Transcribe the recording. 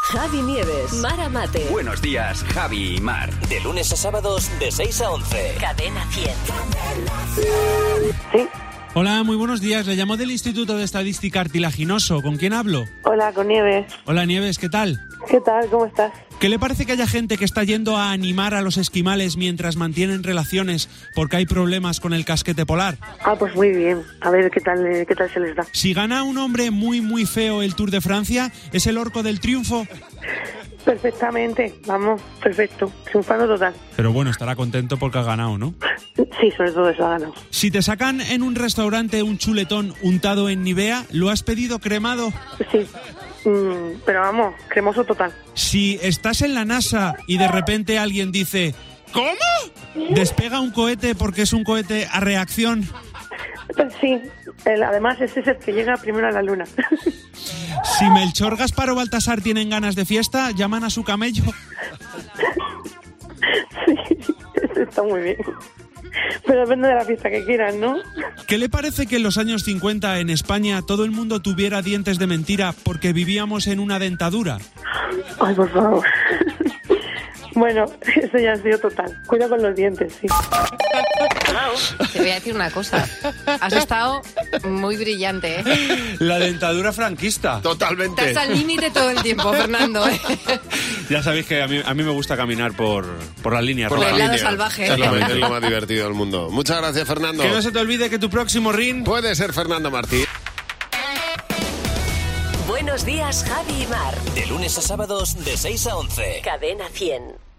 Javi Nieves, Mara Mate, Buenos días, Javi y Mar. De lunes a sábados de 6 a 11. Cadena 100. Sí, Hola, muy buenos días. Le llamo del Instituto de Estadística Artilaginoso. ¿Con quién hablo? hola, con Nieves. Hola, Nieves, ¿qué tal? ¿Qué tal? ¿Cómo estás? ¿Qué le parece que haya gente que está yendo a animar a los esquimales mientras mantienen relaciones porque hay problemas con el casquete polar? Ah, pues muy bien. A ver qué tal, eh, qué tal se les da. Si gana un hombre muy, muy feo el Tour de Francia, ¿es el orco del triunfo? Perfectamente, vamos, perfecto. Triunfando total. Pero bueno, estará contento porque ha ganado, ¿no? Sí, sobre todo eso ha ganado. Si te sacan en un restaurante un chuletón untado en Nivea, ¿lo has pedido cremado? Sí, Mm, pero vamos, cremoso total. Si estás en la NASA y de repente alguien dice, ¿cómo? Despega un cohete porque es un cohete a reacción. Pues sí, el- además ese es el que llega primero a la luna. Si Melchor, Gaspar o Baltasar tienen ganas de fiesta, llaman a su camello. sí, eso está muy bien. Pero depende de la fiesta que quieras, ¿no? ¿Qué le parece que en los años 50 en España todo el mundo tuviera dientes de mentira porque vivíamos en una dentadura? Ay, por favor. bueno, eso ya ha sido total. Cuida con los dientes, sí. Te voy a decir una cosa. Has estado muy brillante, ¿eh? La dentadura franquista. Totalmente. Estás al límite todo el tiempo, Fernando. ¿eh? Ya sabéis que a mí, a mí me gusta caminar por, por la línea Por Por la el lado línea. salvaje. ¿eh? Es lo, es lo más divertido del mundo. Muchas gracias, Fernando. Que no se te olvide que tu próximo ring... Puede ser Fernando Martín. Buenos días, Javi y Mar. De lunes a sábados de 6 a 11. Cadena 100.